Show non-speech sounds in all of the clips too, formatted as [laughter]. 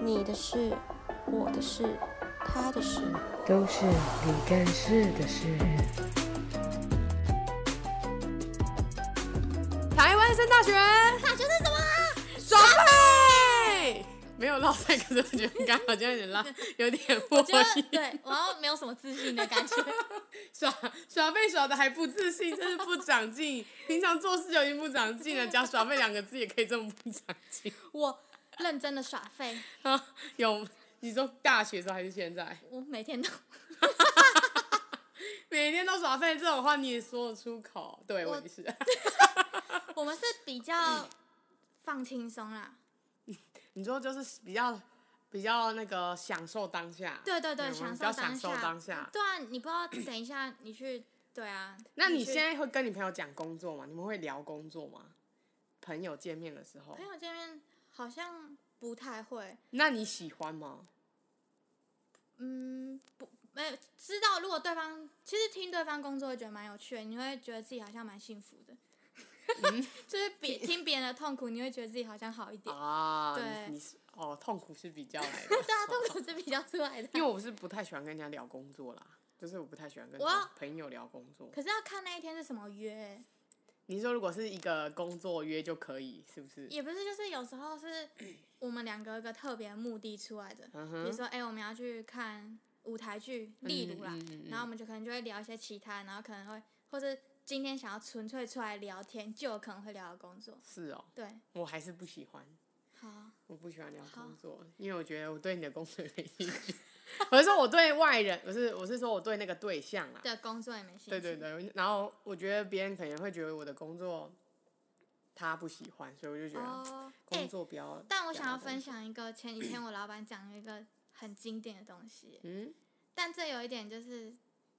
你的事、我的事、他的事。都是你干事的事。台湾升大学，大学是什么啊？爽背。没有落赛，可是我觉得刚好像有点浪，有点我过觉得意。对，我好像没有什么自信的 [laughs] 感觉。耍耍废耍的还不自信，真是不长进。平常做事就已经不长进了，讲耍废两个字也可以这么不长进。我认真的耍废，啊，有你说大学时候还是现在，我每天都 [laughs] 每天都耍废这种话你也说得出口？对我我也是。 [laughs] 我们是比较放轻松啦，你说就是比较比较那个享受当下，对对对，嗯我享们比较受享当受下。当下。对啊，你不知道等一下你去，对啊。那你去现在会跟你朋友讲工作吗？你们会聊工作吗？朋友见面的时候朋，友见面好像不太会，那你喜欢吗？嗯，不，没有知道。如果对方其实听对方工作，会觉得蛮有趣的，你会觉得自己好像蛮幸福的。嗯 [laughs] 就是比听别人的痛苦，你会觉得自己好像好一点。啊，对你你是哦，痛苦是比较来的。 [laughs] 对啊，痛苦是比较出来的。因为我是不太喜欢跟人家聊工作啦，就是我不太喜欢跟我要朋友聊工作。可是要看那一天是什么约欸、你说如果是一个工作约就可以，是不是？也不是，就是有时 [clears throat] 候是我们两个有一个特别的目的出来的，嗯比如哼，说，哎、我们要去看舞台剧，例如啦，嗯嗯嗯然后我们就可能就会聊一些其他，然后可能会或者今天想要纯粹出来聊天，就有可能会聊到工作。是哦，对，我还是不喜欢，好，我不喜欢聊工好作，因为我觉得我对你的工作没兴趣。 [laughs] 我是说我对外人，不是，我是说我对那个对象啦。对工作也没兴趣。对对对，然后我觉得别人可能会觉得我的工作他不喜欢，所以我就觉得哦，哎、工作不要、但我想要分，享一个前几天我老板讲了一个很经典的东西，嗯，但这有一点就是会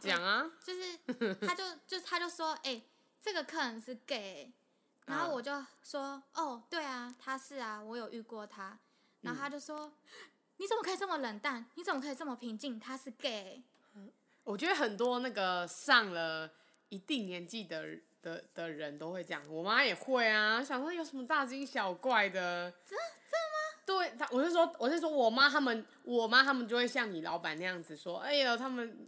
讲啊，就是他就就他就说，哎、这个客人是 gay，、然欸啊后我就说，哦，对啊，他是啊，我有遇过他，然后他就说，你怎么可以这么冷淡？你怎么可以这么平静？他是 gay，欸我觉得很多那个上了一定年纪的的的人都会这样，我妈也会啊，想说有什么大惊小怪的。真真的吗？对，她我是说，我是说我妈他们，我妈他们就会像你老板那样子说，哎呦，他们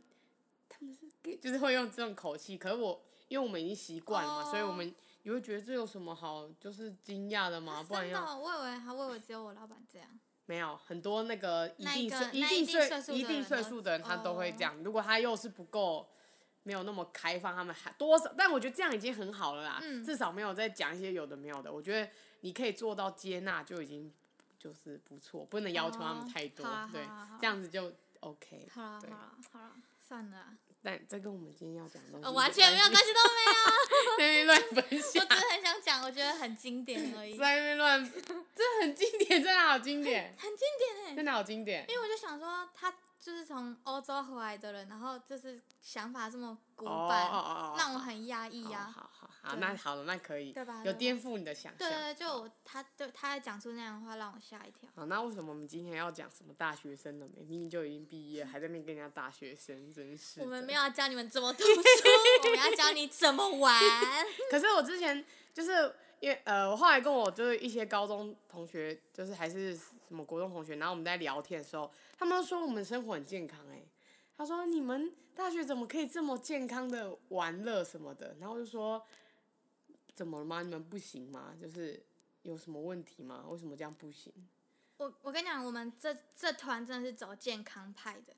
他们是 gay，就是会用这种口气。可是我因为我们已经习惯了嘛所以我们也会觉得这有什么好就是惊讶的吗？不然真的要哦，我以为他，我以为只有我老板这样，没有很多那个一那一定个岁、那定一定岁岁数的一定人岁呢数的人，他都会哦这样。如果他又是不够没有那么开放，他们还多少，但我觉得这样已经很好了啦。嗯至少没有再讲一些有的没有的。我觉得你可以做到接纳就已经就是不错，不能要求他们哦太多。好啊对好啊好啊，这样子就 OK。好啊了好对了好了，算了啊，但这跟我们今天要讲的东西呃完全没有关系都没有，系，在那边乱 [laughs] 分我享， [laughs] 只是很想讲，我觉得很经典 [laughs] 而已，在那边乱，这很经典，这哪有经典？很经典哎、这哪有经典？因为我就想说，他就是从欧洲回来的人，然后就是想法这么古板，哦哦哦哦让我很压抑呀、好好好，好啊对那好了，那可以，对吧有对吧颠覆你的想象。对对对，就我他对他讲出那样的话，让我吓一跳。好，那为什么我们今天要讲什么大学生呢？明明就已经毕业，还在那边跟人家大学生，真是的。我们没有要教你们怎么读书，我们要教你怎么玩。 [laughs] [laughs] 可是我之前就是因为呃，我后来跟我就是一些高中同学，就是还是什么国中同学，然后我们在聊天的时候，他们都说我们生活很健康哎、他说你们大学怎么可以这么健康的玩乐什么的？然后我就说怎么了吗？你们不行吗？就是有什么问题吗？为什么这样不行？我我跟你讲，我们这这团真的是走健康派的，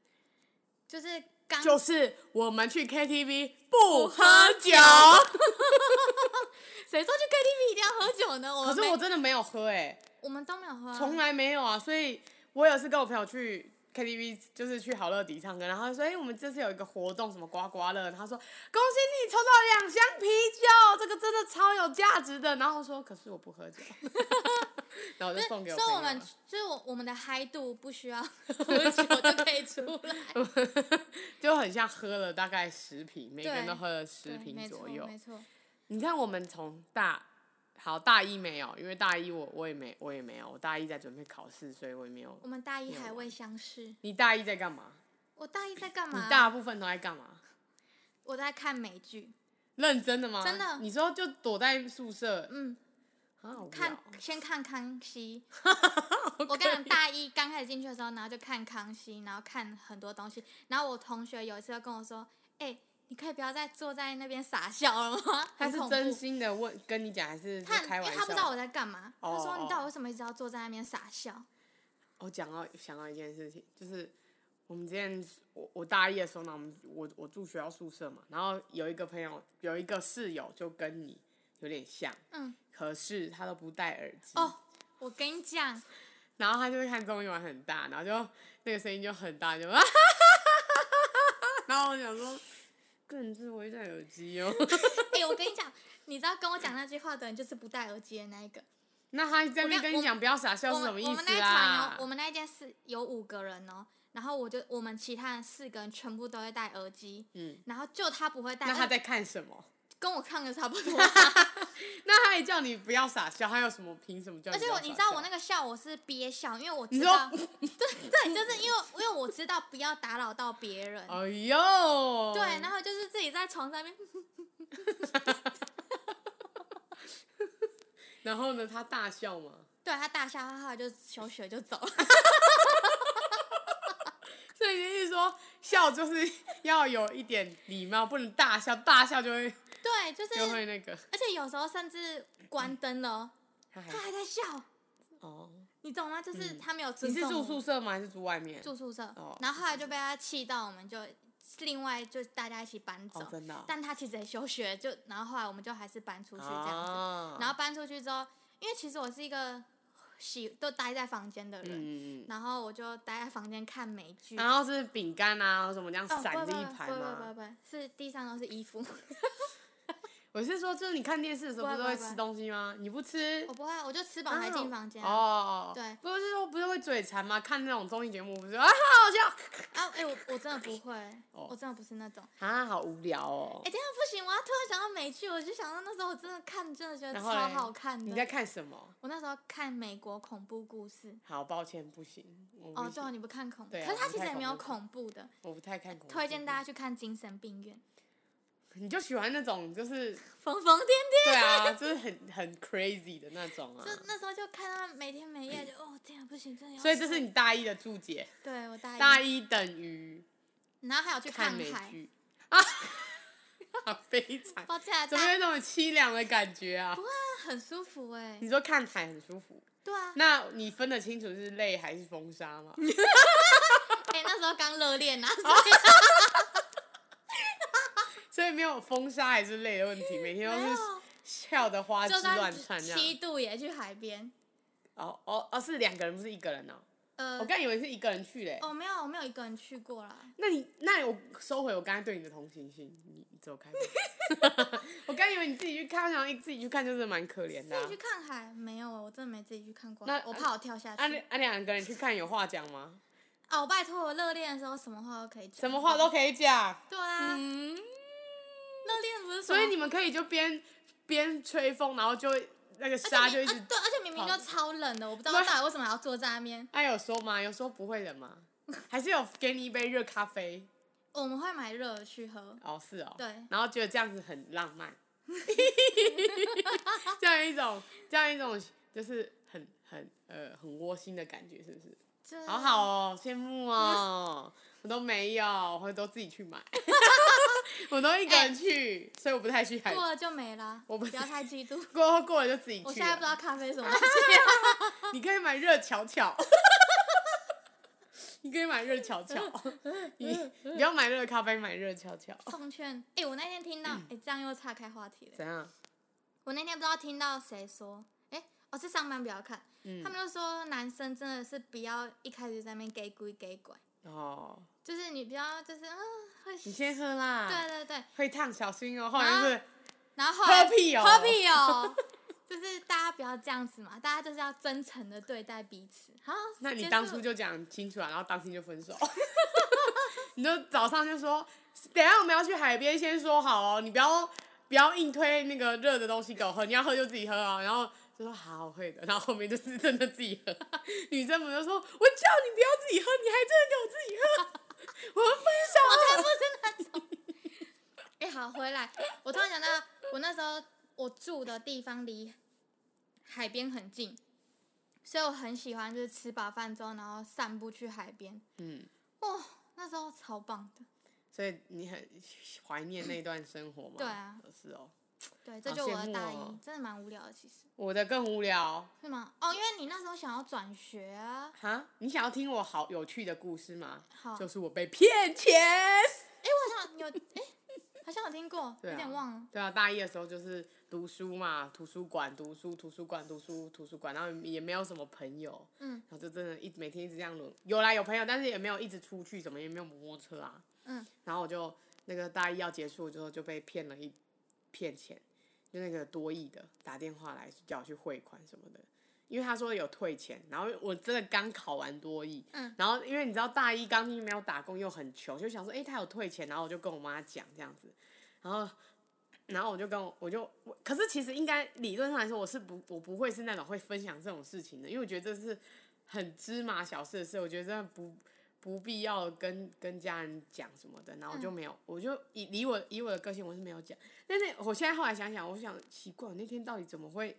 就是刚就是我们去 KTV 不喝酒。谁说去 KTV 一定要喝酒呢？可我们是哦没我真的没有喝哎、我们都没有喝啊，从来没有啊，所以我有一次跟我朋友去 KTV，就是去好乐迪唱歌，然后他说，哎、我们这次有一个活动，什么刮刮乐，然后他说，恭喜你抽到两箱啤酒，这个真的超有价值的。然后我说，可是我不喝酒， [laughs] 然后我就送给我所以我朋友啊们 [laughs] 了。就是我我们的嗨度不需要喝酒就可以出来。就很像喝了大概十瓶，每个人哎对都喝了十对瓶没错左右。没错。你看，我们从大好大一没有，因为大一我我也没我也没有，我大一在准备考试，所以我也没有我。们大一还未相识。你大一在干嘛？我大一在干你嘛？大部分都在干嘛？我在看美剧。认真的吗？真的你说就躲在宿舍，嗯，啊，好无看聊先看康 [laughs] 熙。我跟你讲，大一刚开始进去的时候，然后就看康熙，然后看很多东西。然后我同学有一次就跟我说：“哎、你可以不要再坐在那边傻笑了吗？” [laughs] 他很是恐怖真心的问跟你讲，还是就他开因玩为笑？他不知道我在干嘛，哦他说：“哦你到底为什么一直要坐在那边傻 [laughs] 笑我讲到想到一件事情，就是我们之前我我大一的时候呢，我们我我住学校宿舍嘛，然后有一个朋友有一个室友就跟你有点像，嗯，可是他都不戴耳机？”哦，我跟你讲，然后他就会看综艺玩很大，然后就那个声音就很大，就 [laughs] 啊哈哈哈哈哈哈，然后我想说，更智慧戴耳机哦，哎、我跟你讲，你知道跟我讲那句话的人就是不戴耳机的那一个。那他在那边跟你讲不要傻笑我是什们么我意们那思一团啊有我？们那一间是有五个人哦，然后我就我们其他人四个人全部都会戴耳机，嗯，然后就他不会戴，那而他且在看什么？跟我唱的差不多。那他也叫你不要傻笑，他有什么凭什么叫你而不且要傻笑？我，你知道我那个笑，我是憋笑，因为我你知说 [laughs] 道，对对，就是因为因为我知道不要打扰到别人，哎呦，对，然后就是自己在床上面，然后呢？他大笑吗？对他大笑哈哈就休学就走了。 [laughs] 所以就是说，笑就是要有一点礼貌，不能大笑，大笑就会对，就是，就会那个。而且有时候甚至关灯了哦，他还他还在笑，哦，你懂吗？就是嗯他没有尊你是重住我宿舍吗？还是住外面？住宿舍哦，然后后来就被他气到，我们就另外就大家一起搬哦走，，真的哦、但他其实也休学，就然后后来我们就还是搬出去这样子。啊然后搬出去之后，因为其实我是一个喜都待在房间的人，嗯，然后我就待在房间看美剧。然哦后是饼干啊，或什么这样不散着不一不排不不吗不？不，是地上都是衣 [laughs] 服。我是说，就是你看电视的时候不不是都会会不会吃东西吗？你不吃我，不会，啊我就吃饱才进房间哦啊。哦，哦对不是说不是会嘴馋吗？看那种综艺节目不是啊，好好啊，哎、我我真的 [laughs] 不会，哦我真的不是那种。笑啊，好无聊哦哎、。等一下不行，我要突然想到美剧，我就想到那时候我真的看，真的觉得然超后嘞好看你在的。看什么？我那时候看美国恐怖故事。好，抱歉，不行，我不哦，对哦，行你不看恐怖，对啊可是它我不其实太也没有恐恐怖的。我不太看恐怖。推荐大家去看《精神病院你就喜欢那种就是》，疯疯癫癫。对啊，就是很很 crazy 的那种啊。就那时候就看他每天每夜就哦天啊不行，真的要所以这死是你大一的注解，对我大一，大一等于然后还有去看看美海， [laughs] 剧 [laughs] 啊，好悲惨，抱歉啊，怎么大有一种凄凉的感觉啊？很舒服哎、你说看海很舒服，对啊，那你分得清楚是泪还是风沙吗？哎、那时候刚热恋啊，哦所以没有风沙还是泪的问题，每天没都是有，笑得花枝就乱颤算这七样。度也去海边，哦哦哦，是两个人不是一个人哦，呃哦我，刚以为是一个人去嘞。我没有我没有一个人去过啦，那你那我收回我刚才对你的同情心，你你 [laughs] 走开吧。我刚以为你自己去看，我想自己去看就是蛮可怜的、自啊己去。看海没有、我真的没自己去看过，那我怕我跳下去。啊，那啊两个人去看有话讲吗？啊，我拜托，我热恋的时候什么话都可以讲，什么话都可以讲。对啊，嗯，热恋不是什么所以你们可以就边边吹风，然后就那个而且沙明就一直啊。对，而且明明跑就超冷的，我不知道到底为什么还要坐在那边。哎、有说吗？有说不会冷 [laughs] 吗？还是有给你一杯热咖啡？我们会买热的去喝，哦，是哦。对然后觉得这样子很浪 [laughs] 漫，这样一种，这样一种就是很很呃很窝心的感觉，是不是？这好好哦，羡慕 [laughs] 哦，我都没有，我都自己去买，我都一个哎人去，所以我不太去海。过了就没了，我不不要太嫉 [laughs] 妒。过后过了就自己去了。我现在不知道咖啡 [laughs] 什么，你可以买热巧巧，你可以买热巧巧，你你不要买热咖啡，买热巧巧。奉劝。哎，我那天听到，嗯哎，这样又岔开话题了。怎样？我那天不知道听到谁说，哎，我是上班不要看，嗯他们就说男生真的是不要一开始就在那边给鬼给拐，哦，就是你不要就是啊会。你先喝啦。对。啊对对，会烫，小心哦。后来就是然后后来喝屁哦喝 [laughs] 屁哦，就是大家不要这样子嘛，大家就是要真诚的对待彼此。好，那结你束当初 [laughs] 就讲清楚啊，然后当天就分手。 [laughs] 你就早上就说，等一下我们要去海边，先说好哦，你不要不要硬推那个热的东西给我喝，你要喝就自己喝啊。然后就说好，我会的。然后后面就是 [laughs] 真的自己喝。女生们就说，我叫你不要自己喝，你还真的给我自己喝，我要分手了。哎、好，回来。我突然想到，我那时候我住的地方离海边很近，所以我很喜欢就是吃饱饭之后，然后散步去海边。嗯，哇、那时候超棒的。所以你很怀念那段生活吗？对啊，是哦。对，这好就羡我的大一，慕哦真的蛮无聊的，其实我的更无聊是吗？哦，因为你那时候想要转学啊。哈！你想要听我好有趣的故事吗？好，就是我被骗钱。哎、我好像有，哎、好像有听过，对啊有点忘了。对啊，大一的时候就是读书嘛，图书馆读书，图书馆读书，图书馆，然后也没有什么朋友，嗯然后就真的一每天一直这样轮，有啦有朋友，但是也没有一直出去，什么也没有摩托车啊。嗯，然后我就那个大一要结束之后就被骗了一骗钱，就那个多亿的打电话来叫我去汇款什么的，因为他说有退钱，然后我真的刚考完多亿，嗯，然后因为你知道大一刚进去没有打工又很穷，就想说诶他有退钱，然后我就跟我妈讲这样子，然后。然后我就跟我我就我，可是其实应该理论上来说，我是不我不会是那种会分享这种事情的，因为我觉得这是很芝麻小事的事，我觉得真的不不必要跟跟家人讲什么的，然后我就没有，我就以以我以我的个性，我是没有讲。但是我现在后来想想，我想奇怪，我那天到底怎么会，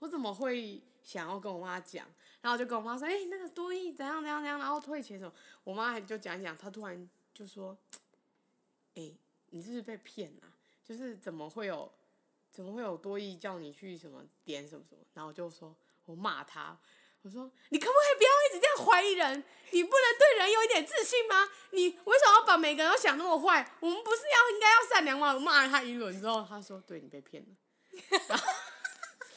我怎么会想要跟我妈讲？然后我就跟我妈说，哎、那个多益怎样怎样怎样，然后退钱什么。我妈还就讲一讲，她突然就说，哎、你是不是被骗啊啦、就是怎么会有，怎么会有多益叫你去什么点什么什么？然后我就说，我骂她，我说你可不可以不要一直这样怀疑人？你不能对人有一点自信吗？你为什么要把每个人都想那么坏？我们不是要应该要善良吗？我骂了他一轮之后，他说：“对你被骗了。”然后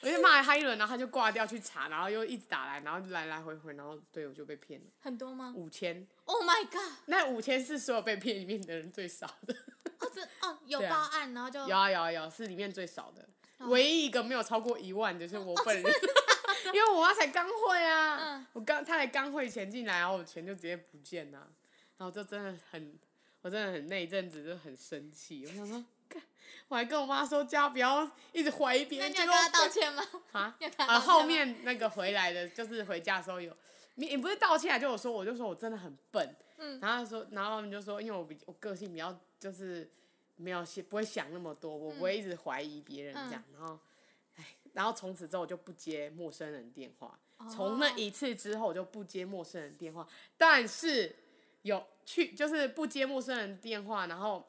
我就骂了他一轮，然后他就挂掉去查，然后又一直打来，然后来来回回，然后对我就被骗了很多吗五千。 ？Oh my god！那五千是所有被骗里面的人最少的，哦，这哦有对报啊案，然后就有啊有啊有啊，是里面最少的，哦唯一一个没有超过一万的就是我本人， [laughs] 因为我妈才刚会啊，嗯我刚她才刚汇钱进来，然后我钱就直接不见啦、然后就真的很，我真的很那一阵子就很生气，我想说，干我还跟我妈说叫她不要一直怀疑别那人，你有结跟果他道歉吗？ [laughs] [laughs] 啊你有跟他道啊！歉后吗面那个回来的，就是回家的时候有，你你不是道歉啊？就我说，我就说我真的很笨，嗯然后他说，然后他们就说，因为我比我个性比较就是没有想不会想那么多，嗯我不会一直怀疑别人这样，然后，哎，然后从此之后我就不接陌生人电话，从那哦一次之后我就不接陌生人电话，但是有去就是不接陌生人电话，然后。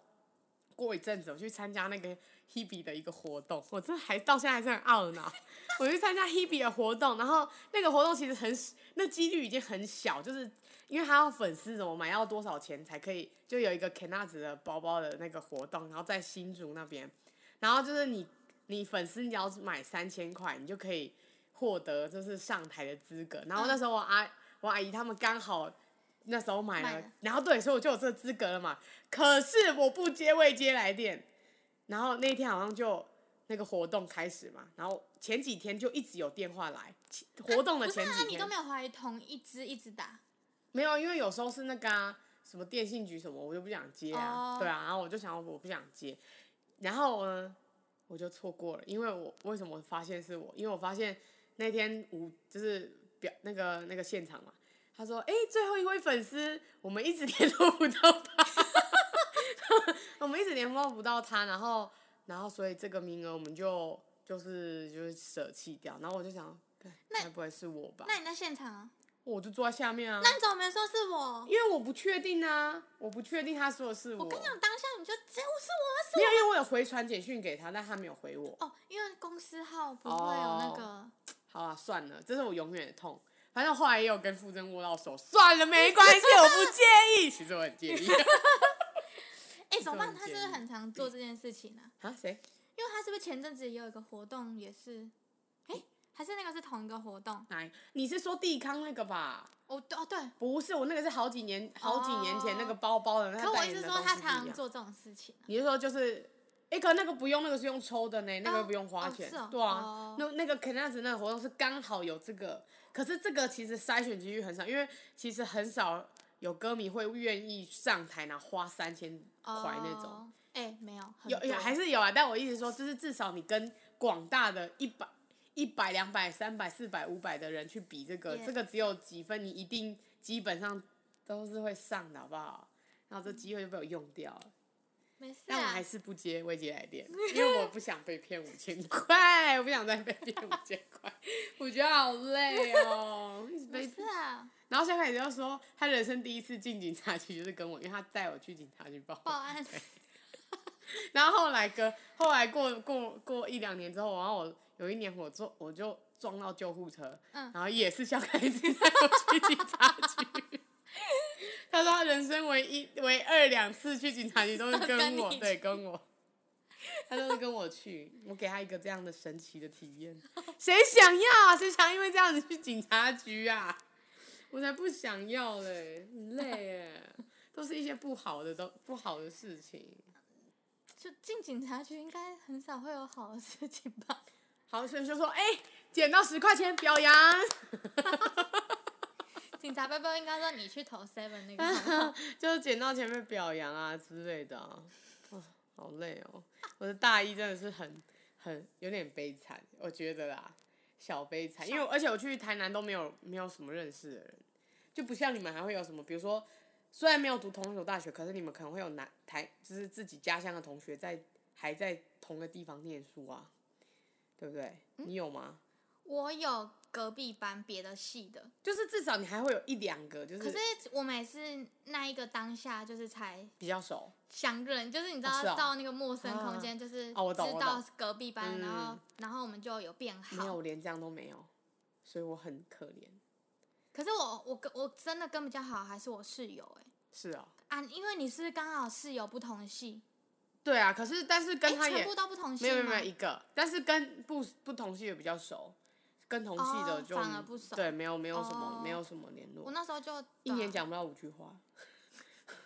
过一阵子，我去参加那个 Hebe 的一个活动，我真的还到现在还是很懊恼。 [laughs] 我去参加 Hebe 的活动，然后那个活动其实很，那几率已经很小，就是因为他要粉丝怎么买要多少钱才可以，就有一个 k e n a z 的包包的那个活动，然后在新竹那边，然后就是你你粉丝你只要买三千块，你就可以获得就是上台的资格。然后那时候我阿我阿姨他们刚好那时候买了，买了然后对，所以我就有这个资格了嘛。可是我不接未接来电，然后那天好像就那个活动开始嘛，然后前几天就一直有电话来，其活动的不是前啊，几你天、啊都没有怀疑同一只一直打，没有，因为有时候是那个、啊、什么电信局什么，我就不想接啊哦对啊，然后我就想我不想接，然后呢我就错过了，因为我为什么发现是我？因为我发现那天五就是表那个那个现场嘛，他说哎、最后一位粉丝，我们一直联络不到他， [laughs] 我们一直联络不到他，然后然后所以这个名额我们就就是就是舍弃掉，然后我就想，干那该不会是我吧？那你在现场啊？我就坐在下面啊。那你怎么没说是我？因为我不确定啊，我不确定他说的是我。我跟你讲，当下你就这我是没有，因为我有回传简讯给他，但他没有回我。我哦，因为公司号不会有那个，好啊，算了，这是我永远的痛。反正后来也有跟傅征握到手，算了，没关系，我不介 [laughs] 意。其实我很介意。哎、怎么办？这他很建是不议是很常做这件事情啊？啊，谁？因为他是不是前阵子也有一个活动也是，哎、还是那个是同一个活动？哪一？你是说帝康那个吧？哦，对哦对，不是，我那个是好几年、好几年前那个包包的。那哦可个我代意言思的说东他西不一常常样做这种事情、啊。你是说就是，哎、可那个不用，那个是用抽的呢，那个哦不用花哦钱。是哦对啊，哦那那个 k e n a z 那个活动是刚好有这个，可是这个其实筛选几率很少，因为其实很少有歌迷会愿意上台拿花三千块那种。哦，哎、没有，很有有多还是有啊，但我意思说，就是至少你跟广大的一百、一百、两百、三百、四百、五百的人去比这个 Yeah 这个只有几分，你一定基本上都是会上的，好不好？然后这机会就被我用掉了。没事 [laughs] 但我还啊，是不接未接来电，因为我不想被骗五千块，我不想再被骗五千块，我觉得好累哦。一直没被事啊，然后小凯就说，他人生第一次进警察局就是跟我，因为他带我去警察局报。报案。然后后来隔后来过过过一两年之后，然后我有一年我坐我就撞到救护车，嗯然后也是小凯子带我去警察局。 [laughs] 他说他人生唯一唯二两次去警察局都是跟我，跟你对，去跟我，他都是跟我去，我给他一个这样的神奇的体 [laughs] 验。谁想要啊？谁想因为这样子去警察局啊？我才不想要嘞，很累耶， [laughs] 都是一些不好的都不好的事情。就进警察局应该很少会有好的事情 [laughs] 吧？好，所以就说，哎、捡到十块钱，表扬。警察伯伯应该说你去投 seven 那个 [laughs] 好不好就是捡到前面表扬啊之类的啊，啊，好累哦！我的大一真的是很很有点悲惨，我觉得啦，小悲惨，因为我而且我去台南都没有没有什么认识的人，就不像你们还会有什么，比如说虽然没有读同一所大学，可是你们可能会有南台就是自己家乡的同学在还在同个地方念书啊，对不对？你有吗？我有隔壁班别的系的，就是至少你还会有一两个，就可是是我每次那一个当下就是才比较熟。相认，就是你知哦道是哦到那个陌生空间，就是知哦我懂我道懂隔壁班，嗯然后然后我们就有变没有，好我。连这样都没有，所以我很可怜。可是我我跟我真的跟比较好还是我室友哎、是啊、啊，因为你是不是刚好室友不同系，对啊，可是但是哎跟他也、全部都不同系没有没有吗没有一个，但是跟不不同系的比较熟，跟同系的哦就、反而不熟对，没有没有什么、哦没有什么联我络，那时候就一年，对啊讲不到五句话。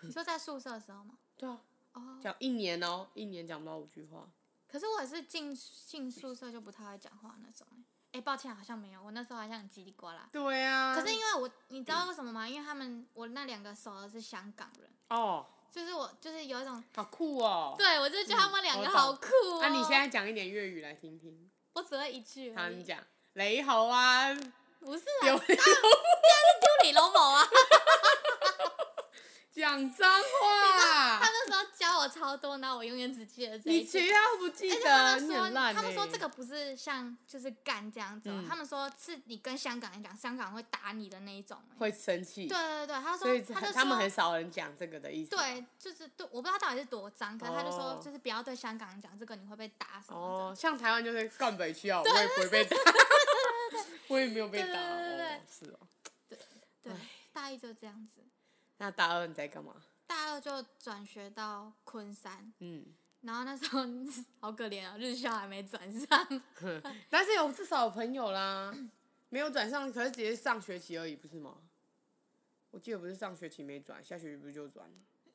你说在宿舍的时候吗？对啊，哦，讲一年哦，一年讲不到五句话。可是我也是进进宿舍就不太会讲话那种、欸。哎、抱歉，好像没有，我那时候好像很叽里呱啦。对啊，可是因为我，你知道为什么吗？因为他们我那两个熟的是香港人，哦，就是我就是有一种，好酷哦。对啊我就觉得他们两嗯我个懂好酷哦。那、你现在讲一点粤语来听听。我只会一句好，而你已，讲雷猴啊，不是啊，丢丢你老母啊！ [laughs] [laughs] 讲脏话他。那时候教我超多，然后我永远只记得这一你句。其他都不记而且得，哎他们你说很，烂、欸、他们说这个不是像就是干这样子哦、嗯他们说是你跟香港人讲，香港人会打你的那一种、欸。会生气。对对对，他所以说他就很说他们很少人讲这个的意思。，对，就是对，我不知道到底是多脏，可是他就说哦就是不要对香港人讲这个，你会被打什么哦的。，像台湾就是干北区啊，我也不会 [laughs] 被打，我也没有被打。对对对对哦，是哦。对，大一就这样子，那大二你在干嘛？大二就转学到昆山，嗯，然后那时候 [laughs] 好可怜啊，日校还没转 [laughs] 上。但是有至少有朋友啦，没有转上，可是只是上学期而已，不是吗？我记得不是上学期没转，下学期不是就转了？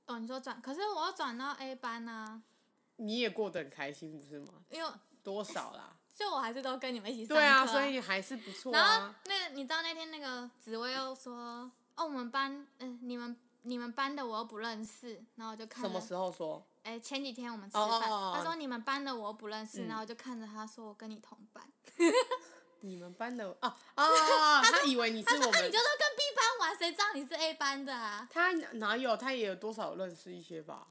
哦，你说转，可是我要转到 A 班啊，你也过得很开心，不是吗？因为多少 [laughs] 啦？就我还是都跟你们一起上对啊，课所以你还是不错然后啊。那你知道那天那个紫薇又说，哦，我们班，嗯、你们你们班的我又不认识，然后我就看什么了时候说？哎、前几天我们吃哦饭哦哦哦他说你们班的我不认识，嗯然后我就看着他说我跟你同 [laughs] 班，你们班的哦哦，他以为你是我那、你们就，说跟 B 班玩，谁知道你是 A 班的啊？他哪有？他也有多少认识一些吧？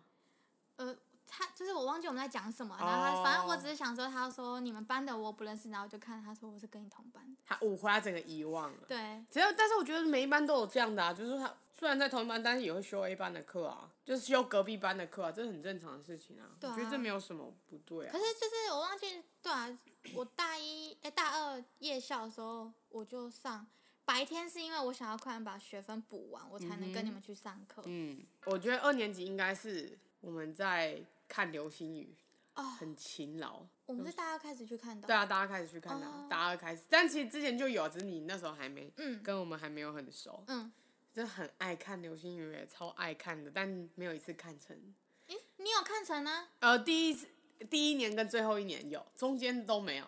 呃，他就是我忘记我们在讲什么，然后他、哦反正我只是想说，他说你们班的我不认识，然后我就看他说我是跟你同班的，他误会，他整个遗忘了。对，只要，但是我觉得每一班都有这样的啊，就是说他虽然在同一班，但是也会修 A 班的课啊，就是修隔壁班的课啊，这是很正常的事情啊。对啊我觉得这没有什么不对啊。可是就是我忘记，对啊，我大一哎、大二夜校的时候我就上。白天是因为我想要快点把学分补完，我才能跟你们去上课。嗯，我觉得二年级应该是我们在看流星雨，哦，很勤劳。我们是大二开始去看的。对啊，大家开始去看啊哦，大二开始，但其实之前就有，啊只是你那时候还没，嗯跟我们还没有很熟。嗯，真的很爱看流星雨耶，超爱看的，但没有一次看成。诶，你有看成啊？呃，第一次第一年跟最后一年有，中间都没有。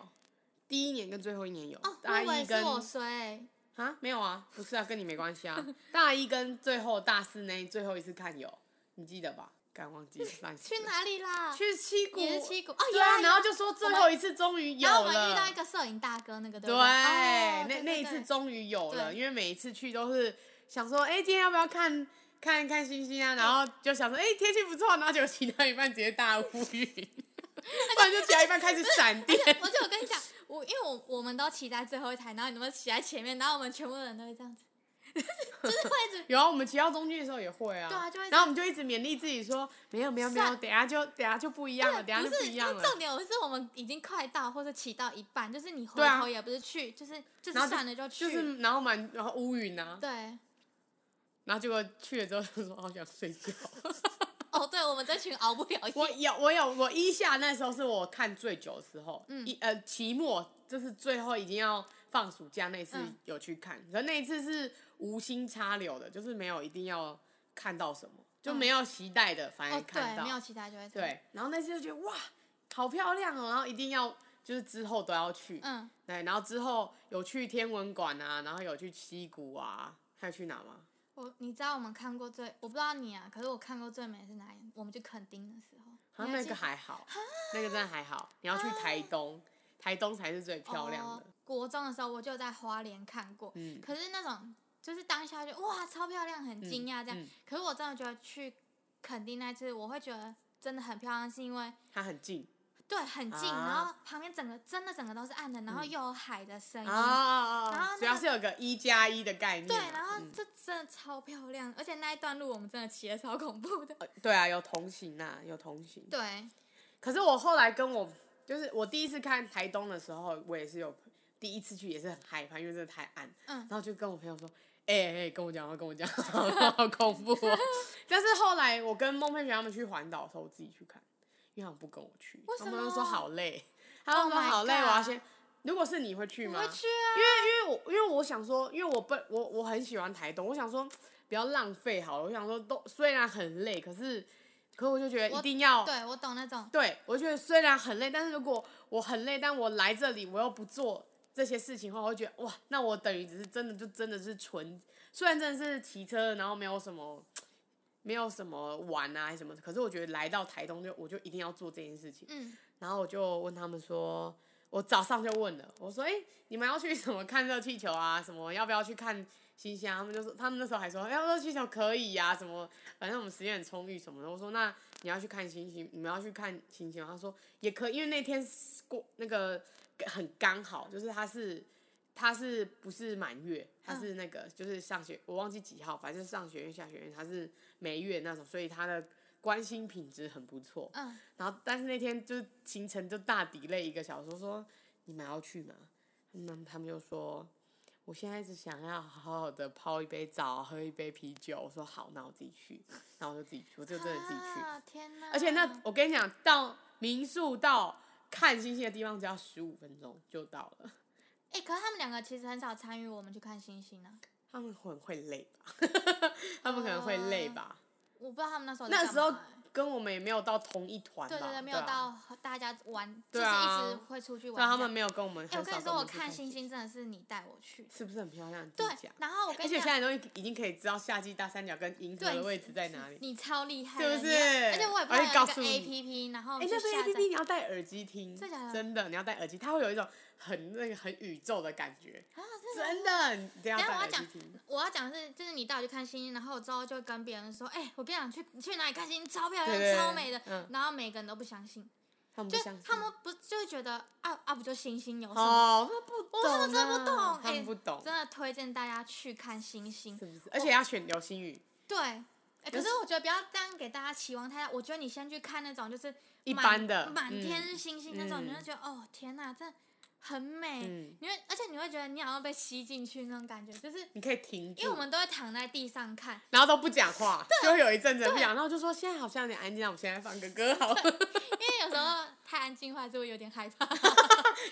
第一年跟最后一年有，哦，我大以为一是跟我衰，啊没有啊，不是啊，跟你没关系 [laughs] 啊。大一跟最后大四那最后一次看有，你记得吧？敢忘 [laughs] 记了，乱死去了？哪里啦？去七谷，也是七股哦，对有啊啊，有然后啊就说最我们后一次终于有然后我了。们遇到一个摄影大哥，那个对对，不对？哦那那一次，终于有了，对因为每一次去都是想说，哎、今天要不要看看看星星啊，然后就想说，哎、天气不错，然后结果骑到一半直接大乌 [laughs] 云，不然就骑到一半开始闪电。而且我跟你讲，我因为我我们都骑在最后一台，然后你们骑在前面，然后我们全部人都会这样子，就是会一直有啊，我们骑到中间的时候也会啊，对啊就会然后我们就一直勉励自己说，没有没有没有，算等一下就等一下就不一 [laughs] 样了，等一下不就不是一样了。重点，是我们已经快到或者骑到一半，就是你回对啊头也不是去，就是就是然后算了就去，就是然后满然后乌云啊，对。然后结果去了之后就说好想睡觉。哦，对，我们这群熬不了我夜，哦有我有我一下那时候是我看最久的时候，嗯一呃期末就是最后已经要放暑假那一次嗯有去看，可那一次是无心插柳的，就是没有一定要看到什么，就嗯没有期待的，反而哦，看对，到、没有其他就会这样，对，然后那次就觉得哇好漂亮哦，然后一定要就是之后都要去，嗯，对，然后之后有去天文馆啊，然后有去溪谷啊，还有去哪吗？我你知道我们看过最，我不知道你啊，可是我看过最美是哪里？我们去垦丁的时候，啊，你那记个得啊还好，那个真的还好。你要去台东，台东才是最漂亮哦的。。国中的时候我就在花莲看过，嗯，可是那种就是当下就哇超漂亮，很惊讶这嗯样。嗯可是我真的觉得去垦丁那次，我会觉得真的很漂亮，是因为它很近对很近，啊嗯然后旁边整个真的整个都是暗的，然后又有海的声音。啊然后那主要个是有个一加一的概念对嘛。，然后嗯这真的超漂亮，而且那一段路我们真的骑的超恐怖的。呃对啊，有同行啊，有同行。对，可是我后来跟我就是我第一次看台东的时候，我也是有第一次去也是很害怕，因为真的太暗。嗯然后就跟我朋友说。哎、哎、跟我讲话，跟我讲话， [laughs] 好恐怖 [laughs] 哦！但是后来我跟孟佩璇他们去环岛的时候，我自己去看，因为他们不跟我去，为他什们都么说好累，他们 Oh 说 my 好累，我要 God 先。如果是你会去我吗？会去啊，因为我因为我想说，因为我本我我很喜欢台东，我想说不要浪费好了。我想说都虽然很累，可是可我就觉得一我定要对我懂那种。哦对我觉得虽然很累，但是如果我很累，但我来这里我又不做这些事情的话，我会觉得哇，那我等于只是真的就真的是纯，虽然真的是骑车，然后没有什么。没有什么玩啊还是什么的，可是我觉得来到台东就我就一定要做这件事情，嗯，然后我就问他们说，我早上就问了，我说，哎、你们要去什么看热气球啊？什么要不要去看星星啊？他们就说，他们那时候还说，要热气球可以呀、什么，反正我们时间很充裕什么的。我说，那你要去看星星，你们要去看星星吗？他说也可以，因为那天是过那个很刚好，就是他是。他是不是满月？他是那个、就是上学，我忘记几号，反正就是上学院、下学院，他是每月那种，所以他的关心品质很不错。嗯，然后但是那天就是行程就大 delay 一个小时，我说你们要去吗？那他们就说，我现在只想要好好的泡一杯澡，喝一杯啤酒。我说好，那我自己去，然后我就自己去，我就真的自己去。啊、天哪！而且那我跟你讲，到民宿到看星星的地方只要十五分钟就到了。哎、可是他们两个其实很少参与我们去看星星啊，他们很会累吧？他们可能会累吧？我不知道他们那时候在那干时候嘛欸跟我们也没有到同一团吧？对对对，没有啊到和大家玩，就对是啊一直会出去对啊，玩。他们。没有跟我们。哎、我跟你说，我看星星星真的是你带我去。是不是很漂亮？你自对己讲，然后我跟而你且现在讲，都已经可以知道夏季大三角跟银河对的位置在哪里。你超厉害是的，不你还是而且我也我拍会了告一个诉你 A P P，然后哎，去那下是载。 A P P，你要戴耳机听，真假的真的，你要戴耳机，它会有一种很那个很宇宙的感觉，啊，真真的。的，你一定要等一戴下我耳要机讲听。我要讲的是，就是你带我去看星星，然后我之后就跟别人说，哎、我跟你讲，去去哪里看星星，超漂亮，对对对超美的。嗯然后每个人都不相信，他们不就相信他们不就会觉得啊啊，不就星星有什么？哦，那不懂啊，他们真的不懂他们哎不懂，真的推荐大家去看星星是。不是？而且要选流星雨，对，欸可就是是我觉得不要这样给大家期望太大。我觉得你先去看那种就是一满般的满嗯天是星星那种，你嗯会觉得哦天哪，这很美。嗯你会而且你会觉得你好像被吸进去那种感觉，就是你可以停因为我住，们都会躺在地上看，然后都不讲话，就会有一阵子不讲，然后就说现在好像有点安静，那我们现在放个歌好 [laughs] 了。因为有时候太安静的话就会有点害怕。 [laughs]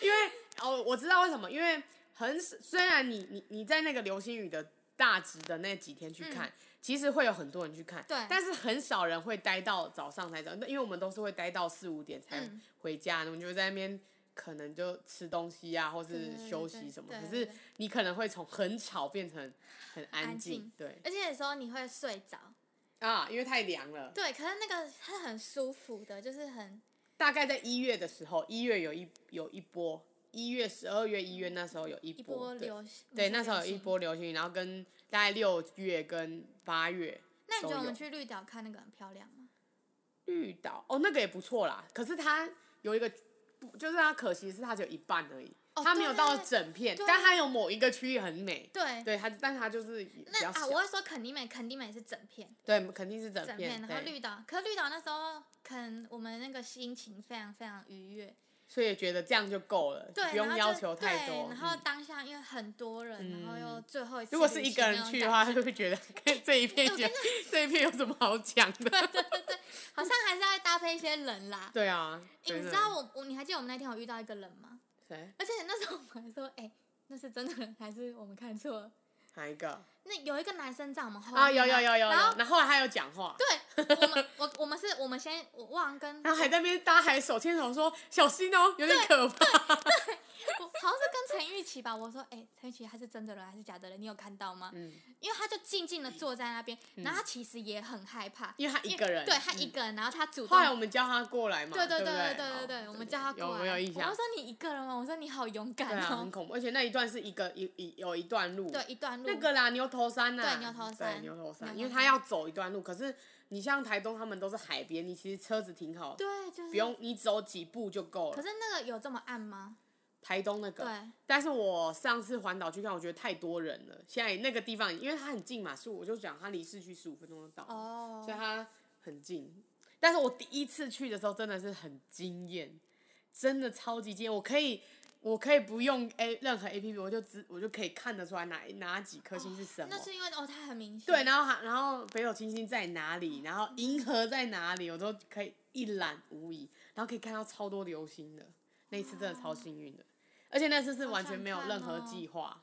因为哦，我知道为什么，因为很虽然你你你在那个流星雨的大值的那几天去看，其实会有很多人去看，嗯对但是很少人会待到早上才走，因为我们都是会待到四五点才嗯回家，我们就在那边。可能就吃东西啊，或对是对对休息什么。对对可是对你可能会从很吵变成很安安静静，对而且有时候你会睡着，啊，因为太凉了。对，可是那个是很舒服的，就是很大概在一月的时候，一月有一有一波，一月、十二月、一月那时候有一一波波对流星。对，你说那时候有流一星波流行，然后跟大概六月跟八月那你觉得都我们有去绿岛看那个很漂亮吗？绿岛哦，那个也不错啦。可是它有一个不，就是它可惜是它只有一半而已，哦它没有到对整片，对但它有某一个区域很美。对，对它，但它就是比那较啊，小。我会说肯定美，肯定美是整片，对，肯定是整整呃片。片，然后对绿岛，可是绿岛那时候，肯我们那个心情非常非常愉悦，所以觉得这样就够了，对，不然用后要就求太多。对，然后嗯当下因为很多人，然后又最后一次，如果是一个人去的，话， [laughs] 就会觉得这一片 [laughs] 我讲这一片有什么好讲的？ [laughs] 好像还是要搭配一些人啦。对啊，诶真你的知道我我你还记得我们那天有遇到一个人吗？谁？而且那时候我们还说，哎、那是真的人还是我们看错了？哪一个？那有一个男生在我们后面啊，有有有有有，然后然后还有讲话，对我们我我们是我们先我忘 [laughs] 了跟然后还在那边大家还手牵手说小心哦，有点可怕。 [laughs] 我好像是跟陈玉琪吧，我说，哎、陈玉琪他是真的人还是假的人？你有看到吗？嗯，因为他就静静的坐在那边，然后他其实也很害怕，因为他一个人，对他嗯一个人，然后他主后来我动，们叫他过来嘛，对对对不对对对对，哦我们叫他过来，有没有印象我说你一个人吗？我说你好勇对敢啊，哦很，恐怖，而且那一段是一个一一有一段路，对，一段路，那个啦，牛头山呐、对牛头山对牛头牛山，头因为山他要走一段路，可是你像台东他们都是海边，你其实车子停好，对，就是不用。你走几步就够可了。是那个有这么暗吗？台东那个，对，但是我上次环岛去看，我觉得太多人了。现在那个地方，因为它很近嘛，所以我就讲它离市区十五分钟就到，哦所，以它很近。但是我第一次去的时候真的是很惊艳，真的超级惊艳。我可以，我可以不用 A 任何 A P P，我就只我就可以看得出来哪哪几颗星是什么。那是因为哦，他很明显，对，，然后还然后北斗七星在哪里，然后银河在哪里，我都可以一览无遗，然后可以看到超多流星的。那一次真的超幸运的，而且那次是好完想全没有看任何哦计划。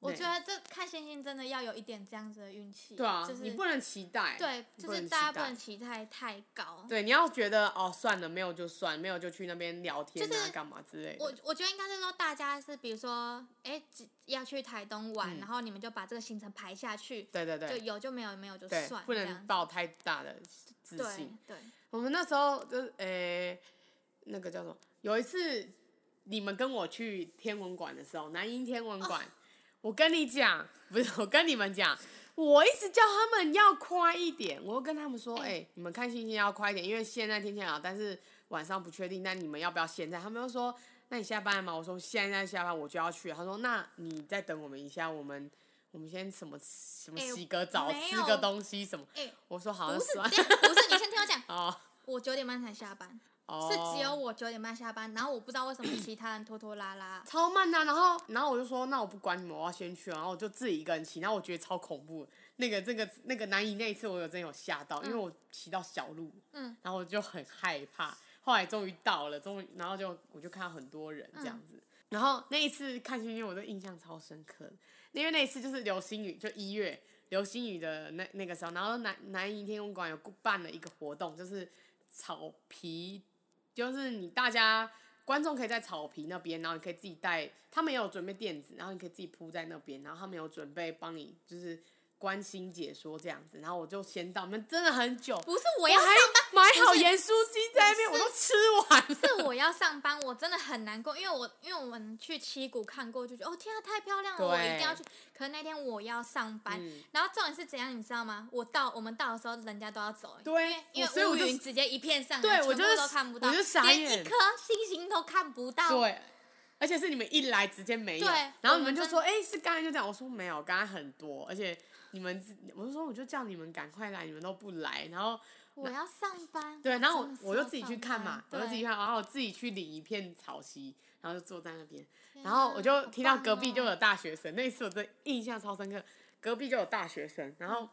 我对觉得这看星星真的要有一点这样子的运气，对啊，就是你不能期待，对，你就是能大家期不待能期待太高，对，你要觉得哦，算了，没有就算，没有就去那边聊天就啊，是干嘛之类的。我我觉得应该是说，大家是比如说，哎、只要去台东玩，嗯然后你们就把这个行程排下去，对对就对有就没有，没有就对算，，不这能样抱太大的自对信。对，我们那时候就是诶、那个叫什么？有一次你们跟我去天文馆的时候，南英天文哦馆，我跟你讲，不是我跟你们讲，我一直叫他们要快一点，我又跟他们说，哎、哎你们看星星要快一点，因为现在天气很好，但是晚上不确定，那你们要不要现在？他们又说，那你下班了吗？我说现在下班我就要去了。他说，那你再等我们一下，我们。我们先什么什么哎洗个澡，没吃有个东西什么？哎、我说好，那啊不是算，这样，不是你先听我讲 [laughs] 哦我九点半才下班，哦，是只有我九点半下班，然后我不知道为什么其他人拖拖拉 [clears throat] 拉，超慢呐、然后然后我就说，那我不管你们，我要先去啊，然后我就自己一个人骑，然后我觉得超恐怖的。那个这个那个南移那一次，我有真有吓到，因为我骑到小路，嗯，然后我就很害怕。后来终于到了，终于然后就我就看到很多人这样子。然后那一次看星星，我的印象超深刻的，因为那一次就是流星雨，就一月流星雨的那那个时候，然后南南移天文馆有办了一个活动，就是草皮，就是你大家观众可以在草皮那边，然后你可以自己带，他们也有准备垫子，然后你可以自己铺在那边，然后他们有准备帮你就是关心解说这样子，然后我就先到，我们真的很久，不是我要上还班，买不好是盐酥鸡在那边，是我都吃完了。是我要上班，我真的很难过，因为我因为我们去七谷看过，就觉得哦天啊太漂亮了，我一定要去。可是那天我要上班，嗯然后重点是怎样，你知道吗？我到我们到的时候，人家都要走，对我因为所以乌我就云直接一片上来，对我全就部是都看不到，我就傻连一眼颗星星都看不到。对，而且是你们一来直接没有，对然后我你们们就真说，哎、是刚才就这样，我说没有，刚才很多，而且你们自，我就说我就叫你们赶快来，你们都不来，然后我要上班。对，然后真我的是我就要自己上去看班嘛，我就自己去对看，然后我自己去领一片草席，然后就坐在那边，天然后哪我就好听到棒隔壁就哦 [laughs] 有大学生，那一次我真的印象超深刻，隔壁就有大学生，然嗯后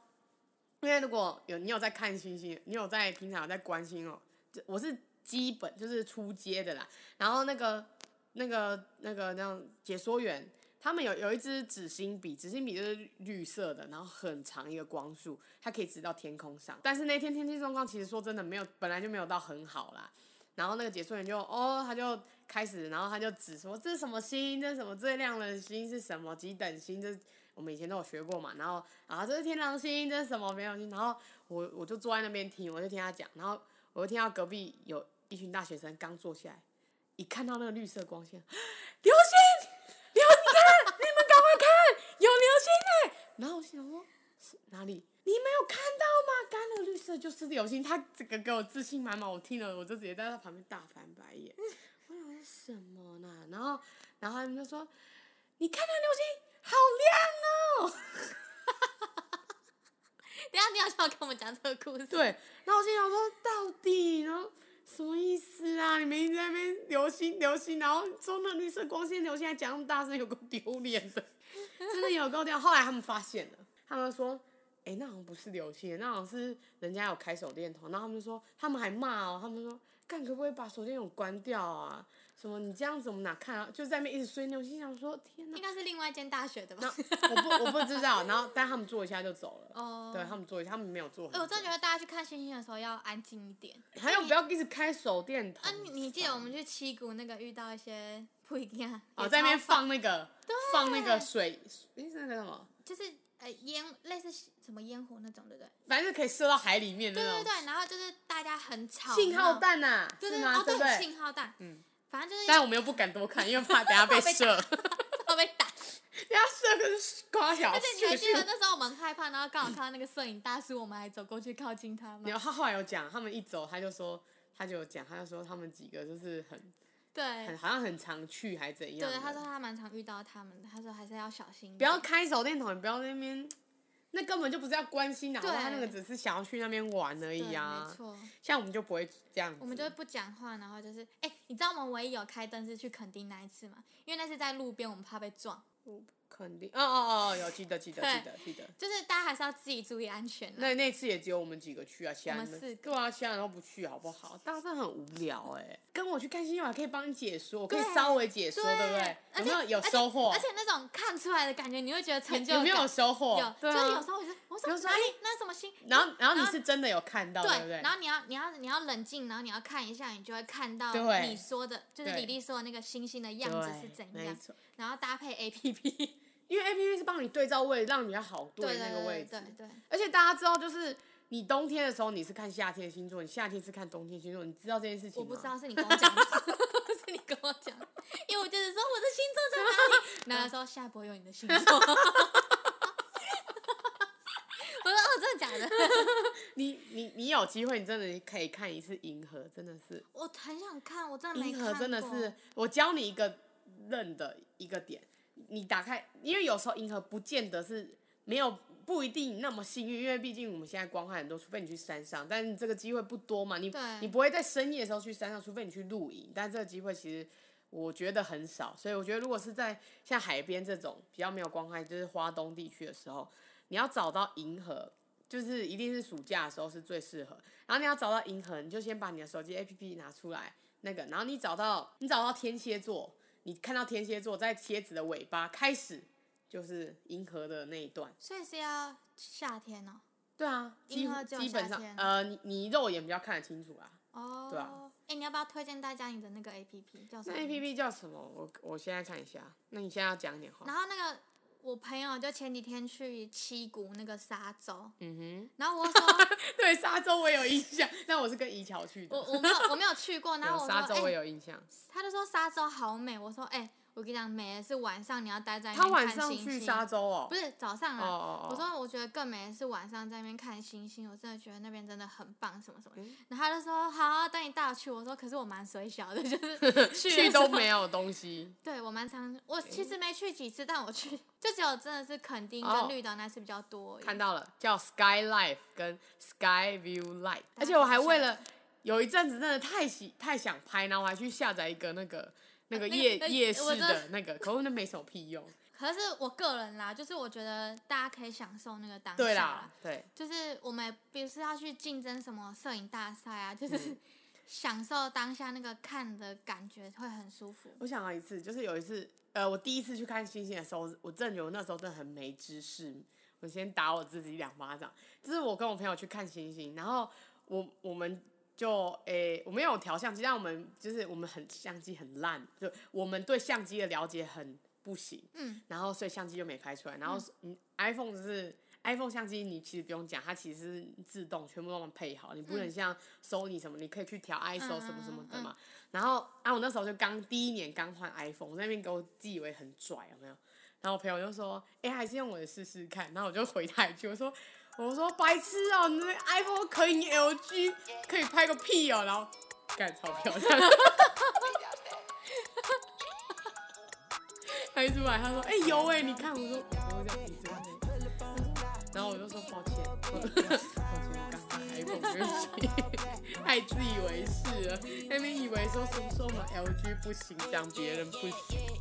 因为如果有你有在看星星，你有在平常有在关心哦，这我是基本就是出街的啦，然后那个那个那个那样解说员。他们有有一支纸芯笔，纸芯笔就是绿色的，然后很长一个光束，它可以直到天空上。但是那天天气状况其实说真的没有，本来就没有到很好啦，然后那个解说员就哦，他就开始，然后他就指说这是什么星，这是什么最亮的星是什么几等星，这我们以前都有学过嘛。然后啊，这是天狼星，这是什么没有星。然后我我就坐在那边听，我就听他讲，然后我就听到隔壁有一群大学生刚坐下来，一看到那个绿色光线，流欸星，流你看，你们赶快看，有流星哎、然后我心想说。是哪里？你没有看到吗？干了绿色就是流星，他整个给我自信满满，我听了我就直接在他旁边大翻白眼。 [laughs] 我想说什么呢？然后，然后他们就说：“你看那流星好亮哦。”等一下你好像有跟我们讲这个故事，对，然后我心想说，到底，然后什么意思啊？你们一直在那边流星流星，然后说那绿色光线流星，还讲那么大声，有够丢脸的，真的有够丢。后来他们发现了，他们说，哎、那好像不是流星，那好像是人家有开手电筒。然后他们说，他们还骂哦，他们说，干可不可以把手电筒关掉啊？什么你这样子我们哪看啊？就在那边一直吹牛，心想说，天哪应！该是另外一间大学的然吧？后我不我不知道，然后但他们坐一下就走了。哦对他们坐一下，他们没有坐很久。哎，我真的觉得大家去看星星的时候要安静一点。还有不要一直开手电筒。啊，你你记得我们去七谷那个遇到一些不一样，哦，也在那边超放那个放那个对水，诶，是那个什么，就是呃烟类似什么烟火那种，对不对？反正可以射到海里面的对那对种对，然后就是大家很吵，信号，弹呐，对是对吗？哦对不对？信号弹，嗯，反正就是但我们又不敢多看，因为怕等下被 [laughs] 被打射， [laughs] 人要被打。家射个瓜小而且你还记 [laughs] 得去。那时候我们很害怕，然后刚好看到那个摄影大叔，我们还走过去靠近他吗？然后他后来有讲，他们一走他就说，他就有讲，他就说他们几个就是很很对好像很常去还怎样的。对，他说他蛮常遇到他们的，他说还是要小心一点，不要开手电筒，你不要在那边，那根本就不是要关心的，好不好对他那个只是想要去那边玩而对已没啊。错，像我们就不会这样子，我们就会不讲话，然后就是哎、你知道我们唯一有开灯是去垦丁那一次吗？因为那是在路边，我们怕被撞，肯定，哦哦哦，有记得记得对记得记得。就是大家还是要自己注意安全啊啦。那那次也只有我们几个去啊，其他人我们四个对啊，其他人都不去，好不好？大家真的很无聊哎、跟我去看星星晚可以帮你解说，我可以对稍微解说，对不对？而有且没有有收获而？且那种看出来的感觉，你会觉得成就有感没有收获？有，对就是有啊时。候我就我比说如说哪里哎那什么星，然后，然后然你后是真的有看到，对不对？然后你要你要你要冷静，然后你要看一下，你就会看到对你说的，就是对李丽说的那个星星的样子对是怎没样，错，然后搭配 A P P， [laughs] 因为 A P P 是帮你对照位，让你比较好对那个位对置。对对，而且大家知道，就是你冬天的时候你是看夏天星座，你夏天是看冬天星座，你知道这件事情我吗？不知道是你跟我讲的， [laughs] 是你跟我讲的，因为我就是说我的星座 [laughs] 在哪里，然后他说下一波有你的星座，我说哦，真的假 [laughs] 的？你你你有机会，你真的可以看一次银河，真的是我很想看，我真的没银看河过，真的是，我教你一个认的一个点，你打开，因为有时候银河不见得是没有不一定那么幸运，因为毕竟我们现在光害很多，除非你去山上，但是这个机会不多嘛，你对你不会在深夜的时候去山上，除非你去露营，但这个机会其实。我觉得很少，所以我觉得如果是在像海边这种比较没有光害，就是花东地区的时候，你要找到银河，就是一定是暑假的时候是最适合。然后你要找到银河，你就先把你的手机 APP 拿出来，那个，然后你找到你找到天蝎座，你看到天蝎座在蝎子的尾巴开始就是银河的那一段。所以是要夏天哦，对啊，基银河只有基本夏上天呃，你你肉眼比较看得清楚啊。哦，对啊哎、你要不要推荐大家你的那个 A P P 叫什那么 A 名字？ P P 叫什么？我我现在看一下。那你现在要讲一点然话。后那个我朋友就前几天去七谷那个沙洲，嗯然后我说哼， [laughs] 对，沙洲我有印象，但我是跟怡乔去的。我我没有我没有去过，然后有我沙洲说我哎、有印象。他就说沙洲好美，我说哎、我跟你讲美的是晚上哎你要待在那他边晚看上星去星，沙洲哦。不是早上哦啊。哦哦。我说，我觉得更美的是晚上在那边看星星，我真的觉得那边真的很棒，什么什么。嗯然后他就说好啊，等你带我去。我说可是我蛮水小 [laughs] 的，就是去去的时候都没有东西。对我蛮常，我其实没去几次，但我去就只有真的是垦丁哦跟绿岛那次比较多而已。看到了，叫 Sky Life 跟 Sky View Light，大家而且我还为了有一阵子真的太喜太想拍，然后我还去下载一个那个那个呃那夜、那夜我市知道的那个，可是那没什么屁用。可是我个人啦，就是我觉得大家可以享受那个当下对啦啦，对，就是我们不是要去竞争什么摄影大赛啊，就是、嗯享受当下那个看的感觉会很舒服。我想到一次，就是有一次，呃，我第一次去看星星的时候，我真的觉得我那时候真的很没知识。我先打我自己两巴掌。就是我跟我朋友去看星星，然后我我们就诶、我们有调相机，但我们就是我们很相机很烂，就我们对相机的了解很不行。嗯，然后所以相机就没拍出来。然后嗯，iPhone 就是 iPhone 相机，你其实不用讲，它其实是自动全部都能配好，你不能像 Sony 什么，你可以去调 ISO 什么什么的嘛。然后啊，我那时候就刚第一年刚换 iPhone，我在那边给我自以为很拽，有没有？然后我朋友就说：“哎、还是用我的试试看。”然后我就回他一句：“我说，我说白痴哦、你那 iPhone 可以你 LG 可以拍个屁哦、然后 [laughs] 干超漂亮。 [laughs] 他一出来，他说：“哎、有哎、你看。”我说：“我这样鼻子在那里。”然后我就说抱歉，我说抱歉，我刚刚还有没 [laughs] 有太自以为是了，那边以为说什么说我们 LG 不行，讲别人不行。